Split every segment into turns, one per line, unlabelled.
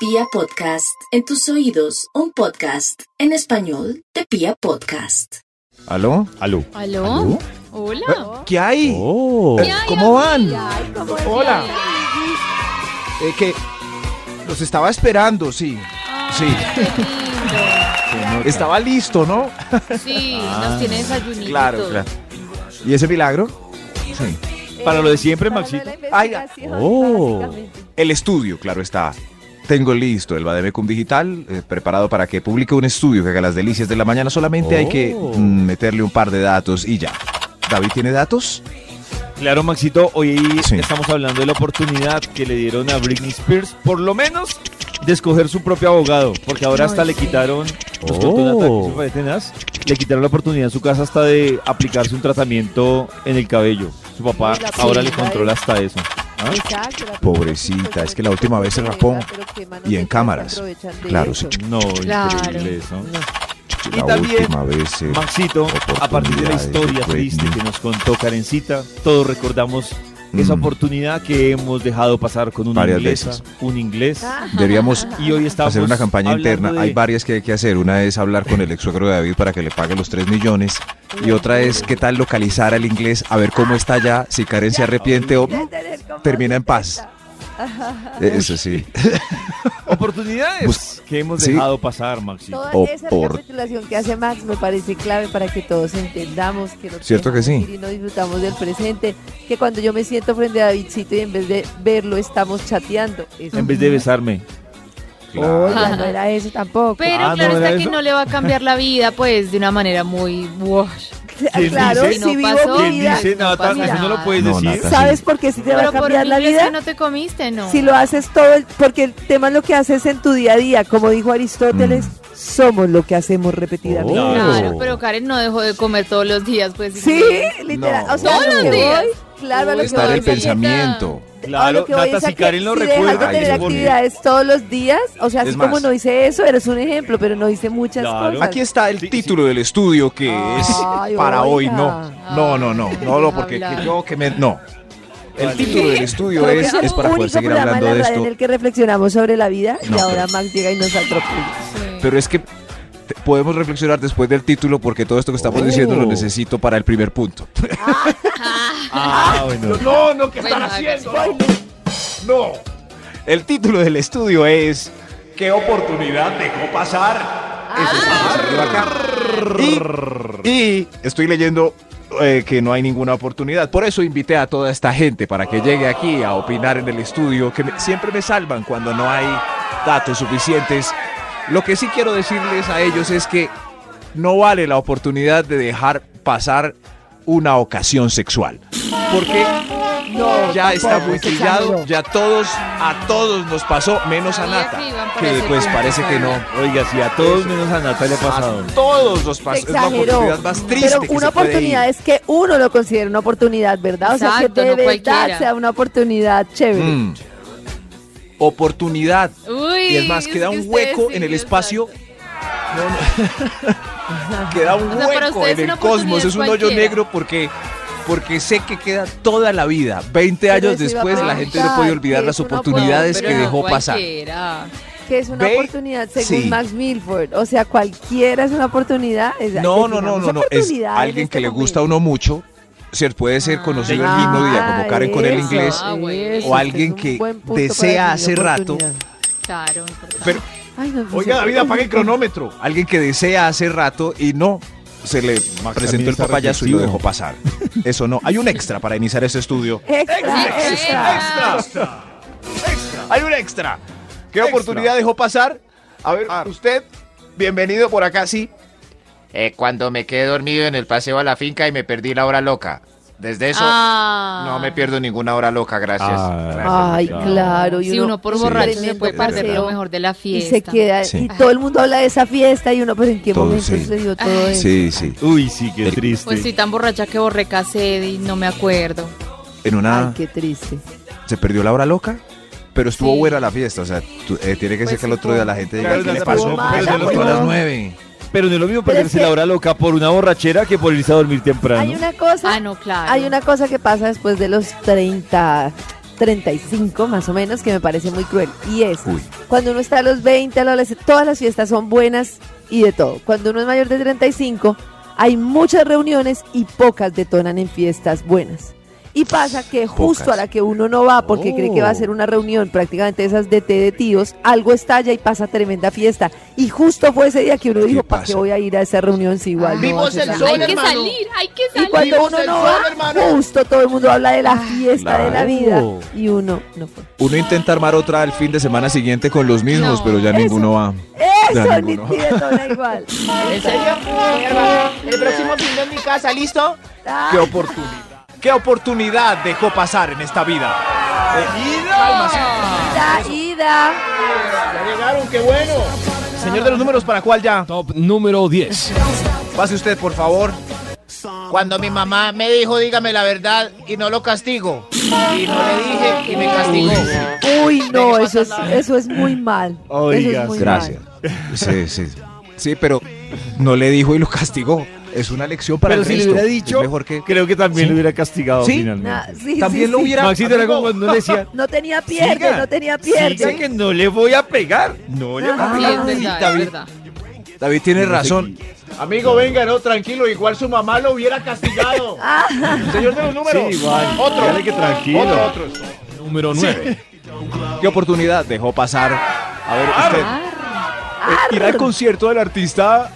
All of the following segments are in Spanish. Pia Podcast, en tus oídos, un podcast en español de Pia Podcast.
¿Aló?
Aló.
¿Aló? ¿Eh?
¿Aló?
Hola.
¿Qué hay?
Oh.
Eh, ¿Cómo van? Hola.
Ay,
Eh, que los estaba esperando, sí. Sí.
qué lindo.
Estaba listo, ¿no?
Sí,
Ah.
nos tiene desayunito.
¿Y ese milagro?
Para lo de siempre,
Para
Maxito.
lo de la
Ay, ah,
investigación,
oh.
básicamente.
El estudio, claro está. Tengo listo el Bademecum Digital, eh, preparado para que publique un estudio que haga las delicias de la mañana. Solamente hay que
Oh.
mm, meterle un par de datos y ya. ¿David tiene datos?
Claro, Maxito, hoy
Sí.
estamos hablando de la oportunidad que le dieron a Britney Spears, por lo menos, de escoger su propio abogado, porque ahora
Ay,
hasta le
sí.
quitaron, pues, nos contó
Oh.
Nata, que eso fue de tenaz, le quitaron la oportunidad en su casa hasta de aplicarse un tratamiento en el cabello. Su papá
Sí, la
ahora le
pulga,
controla hasta eso. ¿Ah?
Exacto, la
Pobrecita,
pobrecita,
es que la última vez se
pero
rapó.
pero qué manos
Y en
de
cámaras.
se aprovechan de
Claro,
eso.
sí.
No,
Claro.
increíble eso. Y
La
también,
última vez. eh,
Maxito, a partir de la
oportunidades de
historia
Britney.
triste que nos contó Karencita, todos recordamos esa
Mm.
oportunidad que hemos dejado pasar con una
Varias
inglesa,
veces.
un inglés.
Ah,
Deberíamos
Y hoy estamos
hacer una campaña
hablando
interna.
de-
Hay varias que hay que hacer. Una es hablar con el ex suegro de David para que le pague los 3 millones. Y otra es qué tal localizar al inglés, a ver cómo está ya, si Karen se arrepiente o
De tener como
termina en paz.
70.
Eso sí.
oportunidades
Bus-
que hemos
Sí. Oh,
dejado pasar, Maxito.
Toda esa
Opor-
recapitulación que hace Max me parece clave para que todos entendamos que nos
Cierto que
dejamos
sí.
ir y no disfrutamos del presente, que cuando yo me siento frente a Davidcito y en vez de verlo estamos chateando. Eso
En vez de besarme.
no, ya
Ajá.
no era eso tampoco.
Pero
Ah, ¿no
claro
era
está
eso?
que no le va a cambiar la vida, pues de una manera muy wash.
¿quién
claro,
dice?
si
No
vivo
pasó.
mi
¿Quién
vida.
dice, Nata?
no pasa
Eso no lo
nada.
puedes
No,
decir.
Nata.
¿Sabes por qué si te va a
Pero por
cambiar
un
la
inglés
vida?
que no te comiste, no.
Si lo haces todo, el, porque el tema es lo que haces en tu día a día, como dijo Aristóteles,
Mm.
somos lo que hacemos repetidamente.
Oh.
Claro, pero Karen no dejó de comer todos los días, pues.
Sí,
inglés.
literal.
No.
O sea, a
Todos
lo que
los días.
voy, claro, a
Uy,
lo que
Está en
no,
voy
el
Julieta.
pensamiento.
a
Claro,
lo que voy
Nata,
es a
si
que
Karen lo
si
recuerda,
dejas de
ay,
tener
es bonito.
actividades todos los días, o sea, así
Es
como
más.
no hice eso, eres un ejemplo, pero no hice muchas
Claro.
cosas.
Aquí está el
Sí, sí.
título del estudio que es
Ay,
para
oiga.
hoy no. No, no, no. No, no, porque
Hablar.
yo que me. No. El
Vale.
título del estudio
Creo que
es,
el
es para poder
único
seguir
programa en
hablando
la
de
radio en
esto.
el que reflexionamos sobre la vida
No,
y ahora
pero-
Max llega y nos atropella.
Sí.
Pero es que te- podemos reflexionar después del título porque todo esto que estamos
Oh.
diciendo lo necesito para el primer punto.
Ah, bueno.
No, no, ¿qué
Bueno,
No. No. El título del estudio es ¿Qué oportunidad dejó pasar? Eso es lo que acá. Y, y estoy leyendo eh, que no hay ninguna oportunidad. Por eso invité a toda esta gente para que llegue aquí a opinar en el estudio, que me- siempre me salvan cuando no hay datos suficientes. Lo que sí quiero decirles a ellos es que no vale la oportunidad de dejar pasar una ocasión sexual. Porque ya está muy trillado, ya todos, a todos nos pasó, menos a
Sabía
Nata,
que iban por
que
ese
pues
punto,
parece que no.
Oiga, si a todos menos a Nata le ha pasado.
A todos nos
Se
pasó, es la
exageró.
oportunidad más triste
Pero
que
una
se puede
oportunidad
ir.
es que uno lo considera una oportunidad, ¿verdad? o sea, que
Exacto,
de
no
verdad
cualquiera.
sea una oportunidad chévere.
Mm. Oportunidad.
Uy,
Y es más, queda un
ustedes
hueco
sí,
en el
exacto.
espacio. No, no. queda un
O sea, para
hueco
ustedes
en
una
el cosmos, es un hoyo
oportunidad
negro porque porque sé que queda toda la vida. 20 años
eso iba a
después la gente no puede
preguntar,
olvidar
¿qué
las
es una
oportunidades
No,
que
pero
dejó pasar.
cualquiera.
Que es una
Ve-
oportunidad, según
sí.
Max Milford. O sea, cualquiera es una oportunidad. Es-
No, no, no,
definamos
no, no. Es
oportunidad en
alguien
este
que le
momento.
gusta a uno mucho. ¿cierto? Puede ser conocido el
Ah,
mismo día, como Karen con el
eso,
inglés.
Ah, bueno.
eso,
o alguien
es un
que
buen punto
desea
para
hace
definir
rato.
oportunidad.
Claro, importante.
Pero,
Ay, no, pues, no
oiga,
sé.
David, apague el cronómetro. Alguien que desea hace rato y no se le presentó
también
el
está
papayazo y lo
reflexivo.
dejó pasar. Eso no. Hay un extra para iniciar este estudio.
Extra,
Extra,
extra.
Hay un extra. ¿Qué oportunidad dejó pasar? A ver,
Ah.
usted, bienvenido por acá, sí.
Eh, cuando me quedé dormido en el paseo a la finca y me perdí la hora loca. Desde eso
Ah.
no me pierdo ninguna hora loca, gracias.
Ah.
Gracias.
Ay,
Claro.
claro.
Si uno por
Sí,
borracho se
tremendo
puede perder
paseo.
lo mejor de la
Y
fiesta.
se queda,
Sí.
y todo el mundo habla de esa fiesta y uno, pero ¿en qué
Todo,
momento
sí.
se dio todo eso?
Sí, sí.
Uy, sí, qué triste.
Pues sí, tan borracha que borré cassette y no me acuerdo.
En
Ay,
una
qué triste.
se perdió la hora loca, pero estuvo
Sí.
buena la fiesta. O sea, tú- eh, tiene que
Pues
ser que el
sí,
otro día la gente diga
claro,
qué le
estuvo
pasó.
mala,
Pero se levantó a
pero-
las nueve.
Pero no es lo mismo
Pero es
perderse
que-
la hora loca por una borrachera que por irse a dormir
Hay
temprano.
una cosa
Ah, no, claro.
Hay una cosa que pasa después de los 30, 35 más o menos, que me parece muy cruel. Y es
Uy.
Cuando uno está a los 20, a los adolesc- todas las fiestas son buenas y de todo. Cuando uno es mayor de 35, hay muchas reuniones y pocas detonan en fiestas buenas. Y pasa que justo
Pocas.
a la que uno no va porque cree que va a ser una reunión prácticamente esas de té de tíos, algo estalla y pasa tremenda fiesta. Y justo fue ese día que uno
¿Qué
dijo, ¿para qué
pasa?
voy a ir a esa reunión si igual no
Vimos
haces
el
nada?"
sol,
hay que
hermano.
salir, hay que
Y
salir.
cuando uno
del
no
sol,
va,
hermano.
justo todo el mundo habla de la fiesta, de la vida,
claro.
y uno no fue.
Uno intenta armar otra el fin de semana siguiente con los mismos,
No,
pero ya
eso.
ninguno va. Ya
Eso ni
ninguno.
ni detona igual.
¿En serio? Mierda. El próximo fin de en mi casa, ¿listo?
¿Qué oportunidad? ¿Qué oportunidad dejó pasar en esta vida?
La ida.
Ya llegaron, qué bueno.
Señor de los números, ¿para cuál ya?
Top número 10.
Pase usted, por favor.
Cuando mi mamá me dijo, dígame la verdad y no lo castigo. Y no le dije y me castigó.
Uy, no,
Deje
eso es,
pasar la-
eso es muy mal. eso
Oigas,
es muy
Gracias.
mal.
Sí, sí. Sí, pero no le dijo y lo castigó. Es una lección para
Pero
el
si le
resto.
hubiera
Es
dicho,
mejor que
creo que también
Sí.
lo hubiera castigado
Sí.
finalmente.
Na- sí,
también
sí,
lo
sí.
hubiera
Maxito era como cuando le decía,
No tenía pierde,
Siga.
no tenía
piensa
pierde.
que no le voy a pegar. No le voy a
Ajá.
Sí,
pegar.
es verdad, es
David.
verdad.
David Ah. tiene razón.
Amigo, venga, no, tranquilo, igual su mamá lo hubiera castigado.
Ah,
Señor de los números.
Sí, igual.
Otro.
Dale que tranquilo.
Otro, otro.
Número 9.
¿Qué oportunidad dejó pasar? A ver, usted.
Ah,
eh, ir al concierto del artista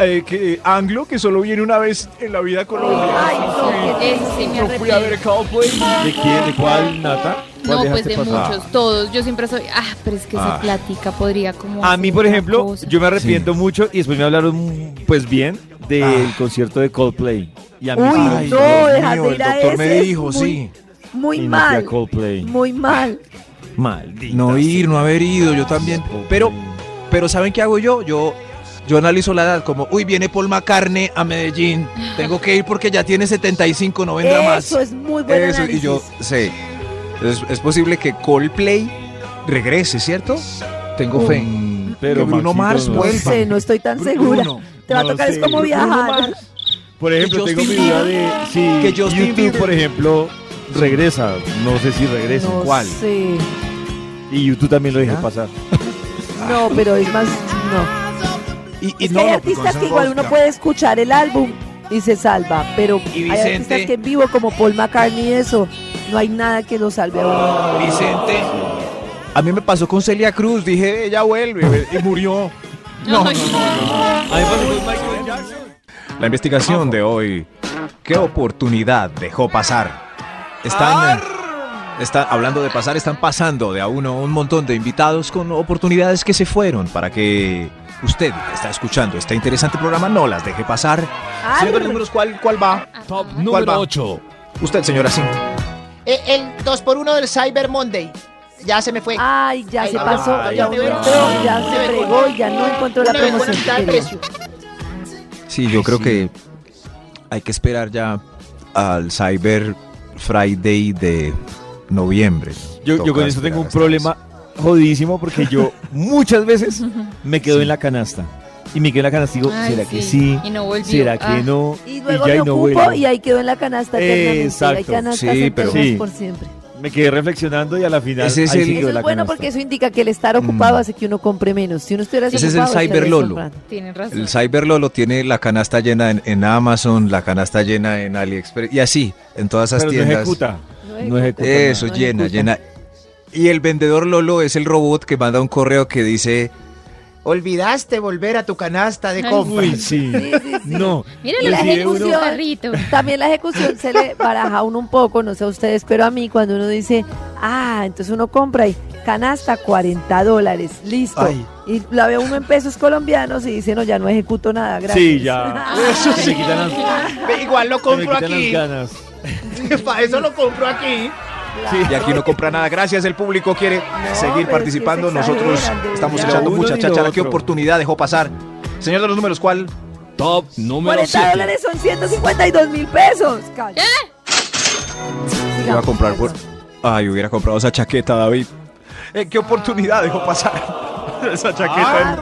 eh, que, anglo que solo viene una vez en la vida colombiana.
Ay, no, que-
Eso sí me
Yo fui a ver
arrepiento.
Coldplay.
¿De quién? ¿De cuál, Nata? ¿Cuál
No, pues
dejaste
de
pasar?
muchos, todos. Yo siempre soy, ah, pero es que
Ah.
esa plática podría como...
A
hacer
mí, por
otra
ejemplo,
cosa.
yo me arrepiento mucho y después me hablaron, pues bien, del
Ah.
concierto de Coldplay. Y a mí
Uy,
sí me
no,
gustó.
dejaste
mío, el
ir a
doctor me
ese, es
dijo,
muy-
sí.
muy
Y no fui a
mal.
Coldplay.
Muy mal.
Maldito.
No ir, no haber ido, yo también. Pero, pero ¿saben qué hago yo? Yo, yo analizo la edad como, uy, viene Paul McCartney a Medellín. Tengo que ir porque ya tiene 75, no vendrá más.
Eso es muy bueno.
Eso, y yo, sí. Es, es posible que Coldplay regrese, ¿cierto? Tengo fe.
Pero
Que Bruno
Maxito,
Mars
no.
No
vuelva.
sé, Pues, eh, no estoy tan
Bru-
segura.
Bruno,
Te va a
no
tocar, es
sé,
como
Bruno
viajar.
Por ejemplo,
Justin
tengo mi duda de si
que Justin
YouTube,
Bieber-
por ejemplo, regresa. No sé si regresa.
No
¿Cuál?
sé.
Y YouTube también lo dejé pasar.
No, pero es más, no.
Y, y
es que
no,
hay
no,
artistas
Guns
que
N'
igual
Roses,
uno puede escuchar el álbum y se salva, pero
Y
hay artistas
Vicente.
que en vivo como Paul McCartney eso, no hay nada que lo salve a uno.
Vicente. A mí me pasó con Celia Cruz, dije, ella vuelve y murió.
No,
La investigación de hoy, ¿qué oportunidad dejó pasar? Están, están- hablando de pasar, están pasando de a uno un montón de invitados con oportunidades que se fueron para que usted que está escuchando este interesante programa no las deje pasar. Señor de los números, ¿cuál, cuál va?
Top
¿Cuál va?
número 8.
Usted, señora, sí.
Eh, el 2x1 del Cyber Monday. Ya se me fue.
Ah,
Ay, ya
Ay,
se
no,
pasó,
ay,
ya
no,
uno
no,
entró, ya
no,
se
no,
fregó y ya no encontró la
Una vez
promoción.
buena mitad
que
del
quería.
precio.
Sí, yo creo
sí.
que hay que esperar ya al Cyber Friday de noviembre.
Yo, yo
Toca
con esto tengo
esperar
un
hasta
problema jodidísimo porque yo muchas veces me quedo en la canasta. Y me quedo en la canasta y digo,
Ay,
¿será que sí?
Y no volvió.
¿Será
Ah,
que no?
Y luego
ya
lo
y no
ocupo
vuelvo.
y ahí quedó en la canasta eternamente.
Exacto,
Hay canastas
sí, pero-
eternas
Sí.
por siempre.
Me quedé reflexionando y a la final
Ese es
ahí
el-
sí quedó
Eso es
la
bueno
canasta.
porque eso indica que el estar ocupado
Mm.
hace que uno compre menos. Si uno estuviera
Ese es el
desocupado,
cyber
estaría
lolo.
comprando.
Tienes razón.
El Cyber Lolo tiene la canasta llena en, en Amazon, la canasta llena en AliExpress y así, en todas esas
Pero no
tiendas.
ejecuta. No ejecuta
Eso,
No
llena,
ejecuta.
llena. Y el vendedor Lolo es el robot que manda un correo que dice,
Olvidaste volver a tu canasta de
Ay,
compras.
Uy,
Sí,
sí.
sí, sí.
No.
Mira
Y
la
la
ejecución.
ejecución.
carrito.
También la ejecución se le baraja a uno un poco, no sé a ustedes, pero a mí cuando uno dice, ah, entonces uno compra y canasta 40 dólares, listo.
Ay.
Y la ve uno en pesos colombianos y dice, no, ya no ejecuto nada, gracias. Ah.
Sí, ya.
Eso
Se me quitan las,
Ve, Igual lo
se me
compro
quitan las
aquí.
ganas.
Este
Para eso lo compro aquí.
y aquí no compra nada. Gracias, el público quiere
pero es
seguir
que
participando.
se
Nosotros
exageran, de
estamos
verdad.
echando
Ni lo
mucha
uno ni lo
cháchara. ¿Qué
otro.
oportunidad dejó pasar? Señor de los números, ¿cuál?
Top número
40
7.
dólares son 152 mil pesos. Calla.
Iba a
Sigamos,
comprar por...
perdón.
Ay, hubiera comprado esa chaqueta, David. Eh, ¿Qué oportunidad dejó pasar? esa chaqueta.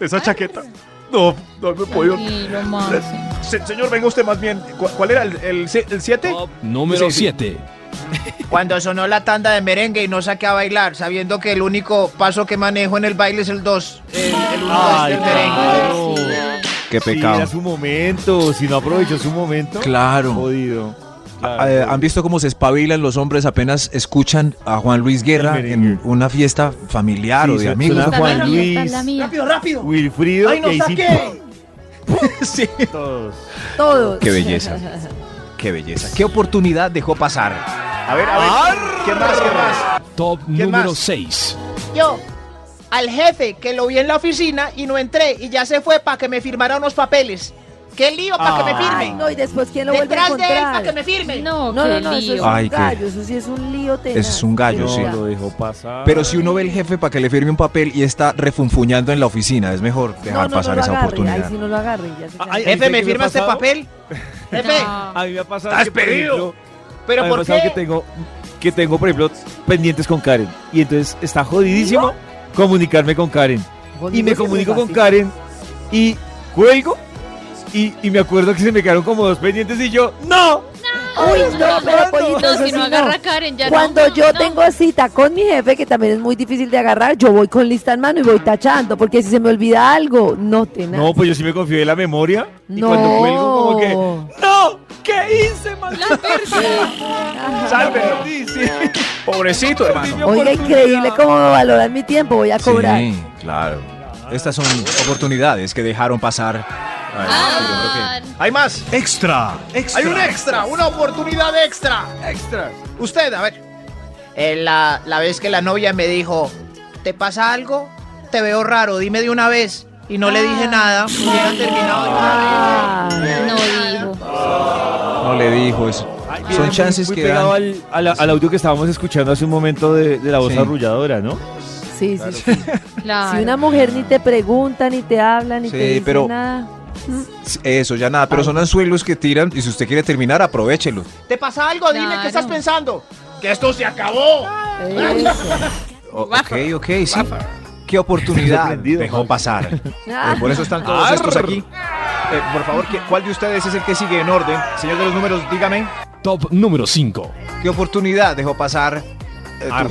Esa chaqueta. No, no me puedo...
Tranquilo, Maxi.
Se- señor, venga usted más bien. ¿Cu- ¿Cuál era el 7?
Top número
Sí, sí.
7.
Cuando sonó la tanda de merengue y no saqué a bailar, sabiendo que el único paso que manejo en el baile es el 2. El, el uno
Ay,
es el merengue.
claro.
Qué
Sí,
pecado.
era su momento. Si no aprovechó su momento,
Claro.
jodido.
Ah, eh, ¿Han visto cómo se espabilan los hombres apenas escuchan a Juan Luis Guerra
El
en
merengue.
una fiesta familiar o
Sí,
de
se-
amigos?
suena Juan Luis,
Rápido, rápido.
Wilfrido
¡Ay, no
y ahí sí,
saqué!
Sí.
todos.
Todos.
Qué belleza. Qué belleza. ¿Qué oportunidad dejó pasar?
A ver, a ver. ¿Qué más, qué más?
Top
¿Quién
número
más?
6.
Yo, al jefe que lo vi en la oficina y no entré y ya se fue para que me firmara unos papeles. ¡Qué lío para que me
Ay,
firme!
no, y después, ¿quién lo vuelve a
Detrás de él para
encontrar?
que me firme.
No,
No,
qué
no, no, eso es
lío.
un
Ay, qué-
gallo, eso sí es un lío tenaz.
Eso es un gallo,
Pero
sí.
ya.
lo dejó pasar.
Pero si uno ve el jefe para que le firme un papel y está refunfuñando en la oficina, es mejor
No, no,
dejar
no
pasar
lo
esa
agarre,
oportunidad.
Ahí sí no lo agarre. ya se
Ah,
sabe.
ay,
Jefe, ¿me
¿Qué me
firma
ha
este
pasado?
papel? Jefe,
No.
A mí me ha pasado.
¡Estás
que, por
pedido!
ejemplo,
pero
a mí me ha
¿por
pasado
qué?
que tengo, que tengo, por ejemplo, pendientes con Karen. Y entonces está jodidísimo comunicarme con Karen.
Conmigo
Y me
sí es muy
comunico con
fácil.
Karen y cuelgo. Y, y me acuerdo que se me quedaron como dos pendientes y yo, ¡No!
Uy, no, pero pollito,
No,
eso
si
sí
no agarra a Karen, ya no.
Cuando yo
No.
tengo cita con mi jefe, que también es muy difícil de agarrar, yo voy con lista en mano y voy tachando, porque si se me olvida algo, no te nada.
No, pues yo sí me confié en la memoria. Y
No.
cuando cuelgo, como que, ¡No! ¿Qué hice,
La perdí.
¡Sálvelo! Sí, sí.
Pobrecito, hermano.
Oiga, increíble cómo me valoran mi tiempo, voy a cobrar.
Sí, claro. Estas son oportunidades que dejaron pasar. Ay,
Ah,
Hay más.
Extra.
Hay un extra, una oportunidad extra. Extra. Usted, a ver. Eh, la, la vez que la novia me dijo, ¿te pasa algo? Te veo raro, dime de una vez. Y no le
Ah.
dije nada. Hubieran terminado de una vez.
Ay,
no digo.
No le dijo eso. Son
Viene
chances
muy, muy
que
pegado
dan.
al, a la- al audio que estábamos escuchando hace un momento de, de la voz
Sí.
arrulladora, ¿no?
sí, sí, sí.
Claro.
Si una mujer ni te pregunta, ni te habla, ni
Sí,
te dice
pero-
nada.
Eso, ya nada. Pero son anzuelos que tiran y si usted quiere terminar, aprovechelo.
¿Te pasa algo? Dime qué
Claro.
estás pensando. Que esto se acabó.
Eso.
O- ok, ok, sí. ¿Qué oportunidad
Sorprendido,
dejó
Max.
pasar? Eh, por eso están todos estos aquí. Eh, por favor, ¿qué- ¿cuál de ustedes es el que sigue en orden? Señor de los números, dígame.
Top número 5.
¿Qué oportunidad dejó pasar? eh, tú?
Ar-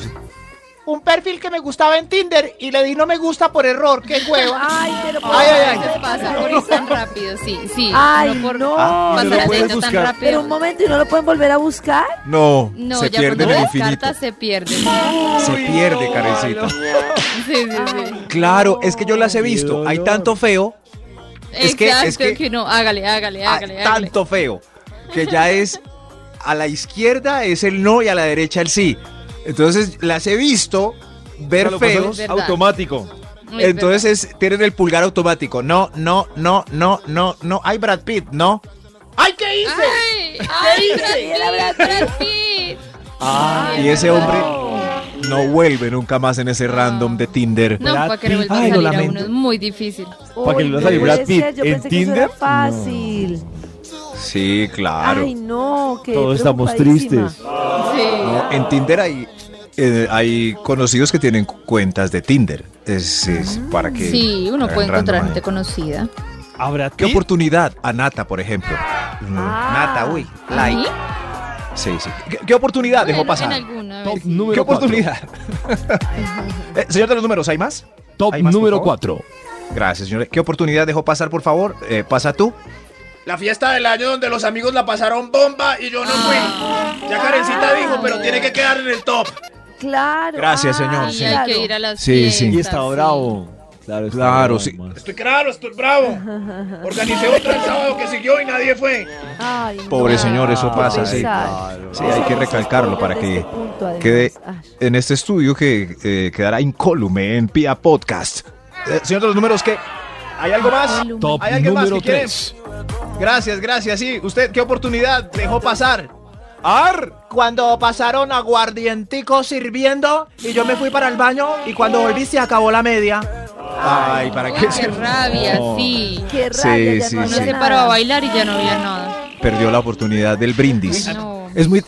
Un perfil que me gustaba en Tinder y le di no me gusta por error. ¡Qué hueva!
Ay, pero por
Ay, ay, ay.
favor,
Se pasa por ir tan rápido, sí, sí.
Ay,
por Ah.
no.
pasar
No lo
aceite
puedes
tan
buscar.
rápido.
Pero un momento, ¿y no lo pueden volver a buscar?
No,
No,
se
ya
pierde en
cuando
el
las
infinito.
cartas se pierden.
Se pierde, carecita.
Sí, sí,
Ah.
sí.
Claro, es que yo las he visto. Hay tanto feo, Es que-
Exacto,
es que-
no, hágale, hágale,
ah,
hágale, hágale.
tanto feo, que ya es a la izquierda es el no y a la derecha el sí. Entonces las he visto
O sea,
ver
lo pasamos
feos.
Es verdad.
automático.
Muy
Entonces es- tienen el pulgar automático. No, no, no, no, no, no. Ay, Brad Pitt, no.
¡Ay, qué hice!
verdad. Ay, ay, Brad Pitt, Brad Pitt.
Ah, Y ese hombre no vuelve nunca más en ese random de Tinder.
No,
Brad
para que le
Pitt.
vuelva a
Ay,
salir
lo
a uno,
lamento.
es muy difícil.
Para que
Uy,
lo
no
salga
puede
Brad Pitt
ser, Yo
en
pensé que eso era
Tinder, no.
fácil.
Sí, claro.
Ay, no, que
Todos estamos tristes.
Sí.
No, en Tinder hay, eh, hay conocidos que tienen cu- cuentas de Tinder. Es, es para que.
Ah. Sí, uno
hagan
puede encontrar
random
gente
ahí.
conocida.
¿Habrá
¿Qué oportunidad? A Nata, por ejemplo. Mm,
Ah.
Nata, uy.
¿Sí?
Like. Sí, sí. ¿Qué, qué oportunidad dejó
Bueno,
pasar?
En alguna, a ver.
Top
¿Qué
número 4.
oportunidad? Eh, señor de los números, ¿hay más?
Top
¿Hay más, por
número
favor?
4.
Gracias, señor. ¿Qué oportunidad dejó pasar, por favor? Eh, pasa tú.
La fiesta del año donde los amigos la pasaron bomba y yo no
Ah.
fui. Ya Karencita dijo, pero tiene que quedar en el top.
Claro.
Gracias, señor,
ay,
Y
sí.
hay
claro.
que ir a las
Sí, sí.
fiestas,
Y está
sí.
bravo. Claro, está
Claro,
bravo,
sí.
más.
Estoy claro, estoy bravo. Organicé otra el sábado que siguió y nadie fue.
Ay, no.
Pobre
Ah,
señor, eso
qué
pasa. Sí,
pesar.
Sí, hay que recalcarlo para
Desde
que
este punto, además.
quede
Ay.
en este estudio que eh, quedará incólume en Pia Podcast.
Eh, señor de los números, ¿qué? ¿Hay algo más?
Top
¿Hay alguien más que
número
quiere?
3.
Gracias, gracias. Sí, ¿usted qué oportunidad dejó pasar? ¡Ar! Cuando pasaron aguardientico sirviendo y yo me fui para el baño y cuando volví se acabó la media.
Ay, ¿para
Uy,
qué?
qué rabia,
No.
sí.
Qué rabia, ya
sí,
no
Uno
había
sí.
se
nada.
paró a bailar y ya no había nada.
Perdió la oportunidad del brindis.
No,
Es muy,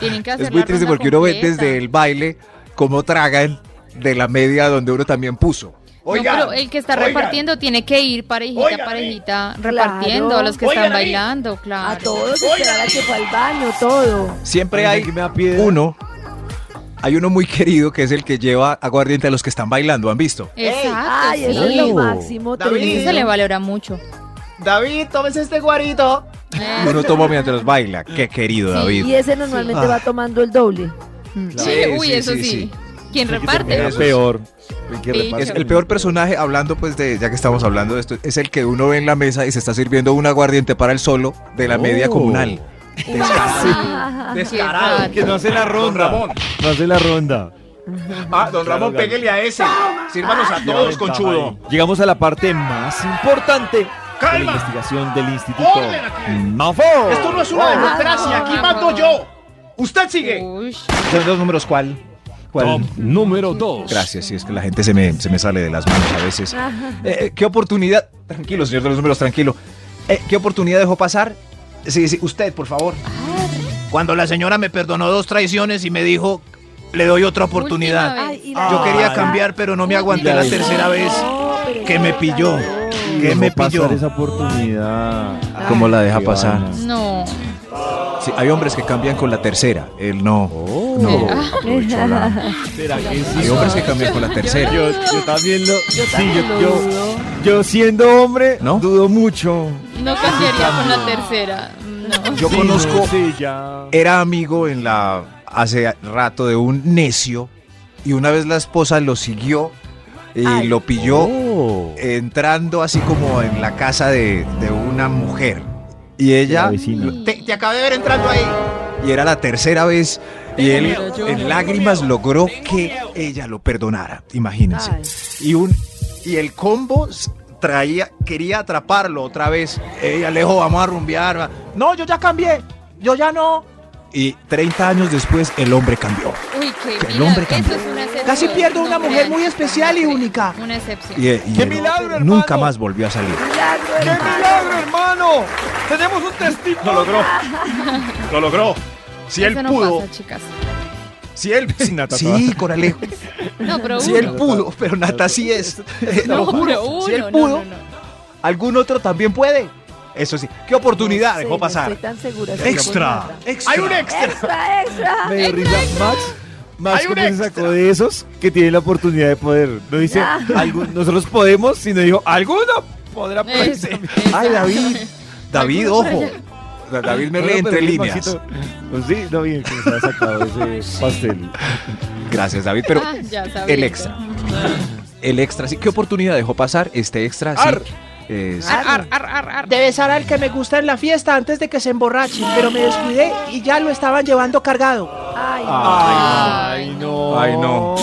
tienen que hacer
es muy
la
triste
ronda
porque uno ve
completa.
desde el baile cómo tragan de la media donde uno también puso.
no, pero el que está
oigan.
repartiendo tiene que ir parejita,
eh,
Oigan,
parejita, repartiendo a los que
Oigan
están
ahí.
bailando, claro.
A todos, esperar a que fue al baño, todo.
Siempre
Ay,
hay
que me da piedra.
uno, hay uno muy querido que es el que lleva aguardiente a los que están bailando, ¿han visto?
Exacto.
Ay, eso es
Ah, sí.
lo máximo.
David.
tremendo.
Eso se le valora mucho.
David, tómese este guarito.
Eh,
Uno toma mientras baila. Qué querido,
Sí,
David.
Y ese normalmente
Ah.
Sí.
va tomando el doble.
sí,
Sí,
uy,
sí,
eso
sí,
sí.
sí.
¿Quién reparte?
Era
Eso es-
peor. El que
Picho.
reparte
Es el peor personaje, hablando pues de, ya que estamos hablando de esto, es el que uno ve en la mesa y se está sirviendo un aguardiente para el solo de la
Oh.
media comunal.
Descarado.
Descarado.
Que no hace la ronda.
Ramón.
No hace la ronda.
Ah, don Ramón,
Claro,
péguele a ese. Sírvanos a todos,
Lleva ventaja
conchudo.
ahí. Llegamos a la parte más importante de la
¡Calma!
investigación del Instituto
¡Orden aquí!
Mafo.
Esto no es una
Oh.
democracia, aquí mando yo. Usted sigue.
Uy,
¿Son dos números cuál?
Top número 2.
Gracias, sí, es que la gente se me, se me sale de las manos a veces. Eh, eh, ¿Qué oportunidad? Tranquilo, señor de los números, tranquilo. Eh, ¿Qué oportunidad dejó pasar? Sí, sí, usted, por favor.
Cuando la señora me perdonó dos traiciones y me dijo, le doy otra oportunidad.
Última vez.
Ay, y la
Yo
otra.
Ah.
quería cambiar, pero no me aguanté la
Ay.
tercera vez.
No, pero
que
esa
me
otra
pilló.
no.
¿Qué me
Dejó pasar
pilló?
esa oportunidad?
Ah.
¿Cómo la deja
Qué
pasar?
vaina.
No.
Sí, hay hombres que cambian con la tercera. Él no. No.
Ah.
aprovechó la-
¿Será que sí?
Hay hombres que cambian con la tercera.
Yo, yo también lo. sí,
también
yo,
lo
yo-
dudo.
yo siendo hombre,
¿No?
dudo mucho.
No cambiaría con la tercera. No.
Yo
Sí,
conozco. Eh,
no, sí, ya.
Era amigo en la. Hace rato de un necio. Y una vez la esposa lo siguió. Y
Ay.
lo pilló.
Oh.
entrando así como en la casa de, de una mujer. Y
La
ella,
vecina.
Te, te acabé de ver entrando ahí.
y era la tercera vez, y él en lágrimas logró que ella lo perdonara, imagínense.
Ay.
Y, un, y el combo s- traía, quería atraparlo otra vez. Ella le dijo, vamos a rumbear. va". No, yo ya cambié, yo ya no. Y 30 años después el hombre cambió.
Uy, qué
Que el hombre
milagro.
cambió.
Eso es una excepción.
Casi pierdo una
No,
mujer
vean.
muy especial y
Sí,
única.
Una excepción.
Y, y
¡Qué
él
milagro, hermano!
nunca más volvió a salir.
Milagro,
¡Qué
hermano.
milagro, hermano! ¡Tenemos un testigo!
Lo logró. Lo logró. Si
Eso
él
no
pudo,
pasa, chicas.
si él.
Sí, Coralejo.
No, pero
Si
uno.
él pudo, pero Nata sí es. Te
No,
lo juro.
pero uno.
si él
no,
pudo,
no, no.
algún otro también puede. Eso sí. ¿Qué
No
oportunidad
sé,
dejó
no
pasar?
estoy tan segura.
Extra.
Hay un extra.
Extra, extra.
Me dio risa Max. Max
Hay un
como se
extra.
sacó de esos que tienen la oportunidad de poder. No dice,
Ah.
"Algún- nosotros podemos, sino dijo, alguno podrá poder.
Eso,
Ay,
exacto.
David. David,
Alguno por
ojo. Da- David me lee entre líneas.
Pues sí, no bien que se ha sacado ese pastel.
Gracias, David. Pero
Ah, ya sabía.
el extra. El extra, sí. ¿Qué oportunidad dejó pasar? Este extra, sí. Es-
De besar al que me gusta en la fiesta antes de que se emborrache, pero me descuidé y ya lo estaban llevando cargado.
Ay,
Ah.
Ay, no.
Ay, no.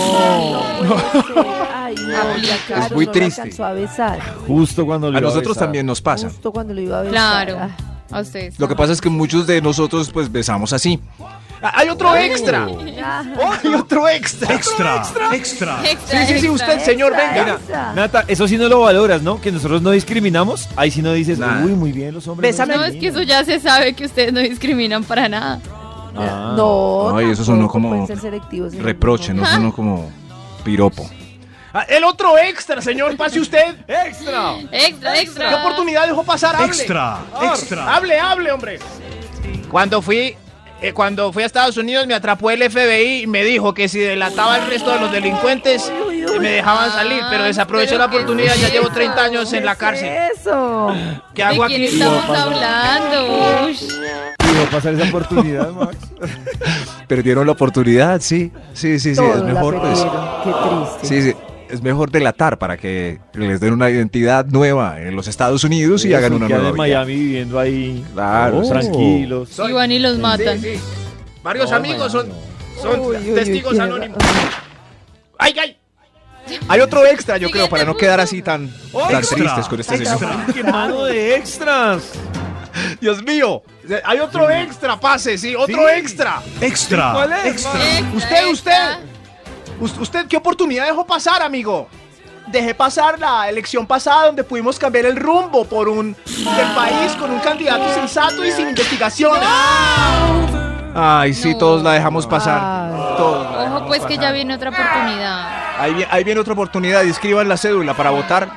no puede ser. Ay, no.
Aplica.
claro,
Es muy
no lo
triste.
alcanzó a besar.
Justo cuando le
A
iba
nosotros
besar.
también nos pasa.
Justo cuando lo iba a besar.
Claro.
Ah,
A ustedes.
Lo que pasa es que muchos de nosotros pues besamos así.
Ah, Hay otro extra.
ya.
Hay otro extra.
Extra. Extra.
Extra,
Sí, sí, sí,
extra,
usted,
extra.
señor,
Extra,
venga.
extra.
Nata, eso sí no lo valoras, ¿no? Que nosotros no discriminamos. Ahí sí no dices,
Nada.
uy, muy bien los hombres.
Bésame.
No, es que eso ya se sabe que ustedes no discriminan para nada.
Ah.
No,
Ay, eso sonó
tampoco
como
pueden ser selectivos en
Reproche,
el
¿no? Uno como piropo.
Ah, El otro extra, señor. Pase usted.
¡Extra!
Extra, extra.
¿Qué oportunidad dejó pasar? Hable. Oh,
Extra. Extra.
Hable, hable, hombre.
Cuando fui, eh, cuando fui a Estados Unidos me atrapó el FBI y me dijo que si delataba al resto de los delincuentes
Uy, uy, Ah, uy.
eh, me dejaban salir, pero desaproveché
pero
la
¿qué
oportunidad,
es
ya llevo
eso?
30 años
¿Qué
en la
es
cárcel.
Eso.
¿Qué
¿De
hago
quién
aquí?
estamos hablando? Ush.
Y va a pasar esa oportunidad, Max.
Perdieron la oportunidad, sí. Sí, sí, sí.
Todo
es
la
mejor pues.
perdieron. Qué triste.
Sí, sí. Es mejor delatar para que les den una identidad nueva en los Estados Unidos y
Eso,
hagan una
quedan
nueva.
en
vida.
Miami viviendo ahí.
Claro, exacto.
tranquilos.
Y van y los matan.
Sí, sí. Varios amigos son, son
Uy, uy, uy,
testigos
tiene
anónimos.
razón.
¡Ay, ay!
Hay otro extra, yo creo,
Siguiente
para no
punto.
quedar así tan, tan
Extra.
tristes con este
Extra.
señor.
¡Qué mano de extras!
¡Dios mío! Hay otro extra, pase, sí, otro
Sí.
extra.
Extra.
¿Cuál es,
Extra.
Max?
Extra,
Usted,
extra.
Us- ¿Usted qué oportunidad dejó pasar, amigo?
Dejé pasar la elección pasada donde pudimos cambiar el rumbo por un del país con un candidato sensato y sin investigaciones.
Ay, sí,
No.
todos la dejamos pasar.
Ay.
Todos la
Ojo,
dejamos
pues que
pasar.
ya viene otra oportunidad.
Ahí, vi- ahí viene otra oportunidad. Escriban la cédula para votar.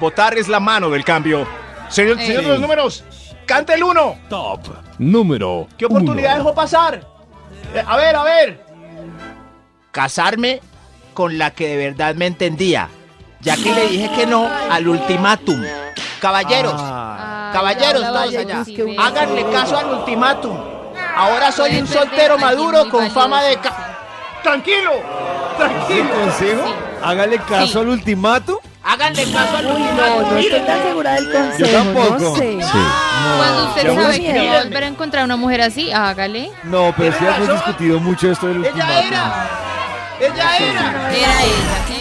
Votar es la mano del cambio.
Señor,
Eh.
señor de los números, cante el uno.
Top número
¿Qué oportunidad
uno.
dejó pasar? Eh, a ver, a ver. Casarme con la que de verdad me entendía, ya que le dije que no al ultimátum. Caballeros,
Ah.
Ah.
Ay,
caballeros,
ahora
todos
vaya
allá.
Lucibel.
Háganle caso al ultimátum. Ahora soy
Pueden
un
perder
soltero
aquí
maduro
muy
con fama de...
valioso,
ca- Tranquilo, tranquilo.
consejo? Hágale caso
Sí.
al ultimato.
Háganle caso al
No, no estoy
ultimátum.
tan segura del consejo. No
tampoco.
sé.
Cuando
Ya
usted sabe que no
voy.
va a
Mírenme.
volver a encontrar una mujer así, hágale.
No, pero sí
Tiene
hemos
razón.
discutido mucho esto del
Ella
ultimato.
era, ella era.
Era ella,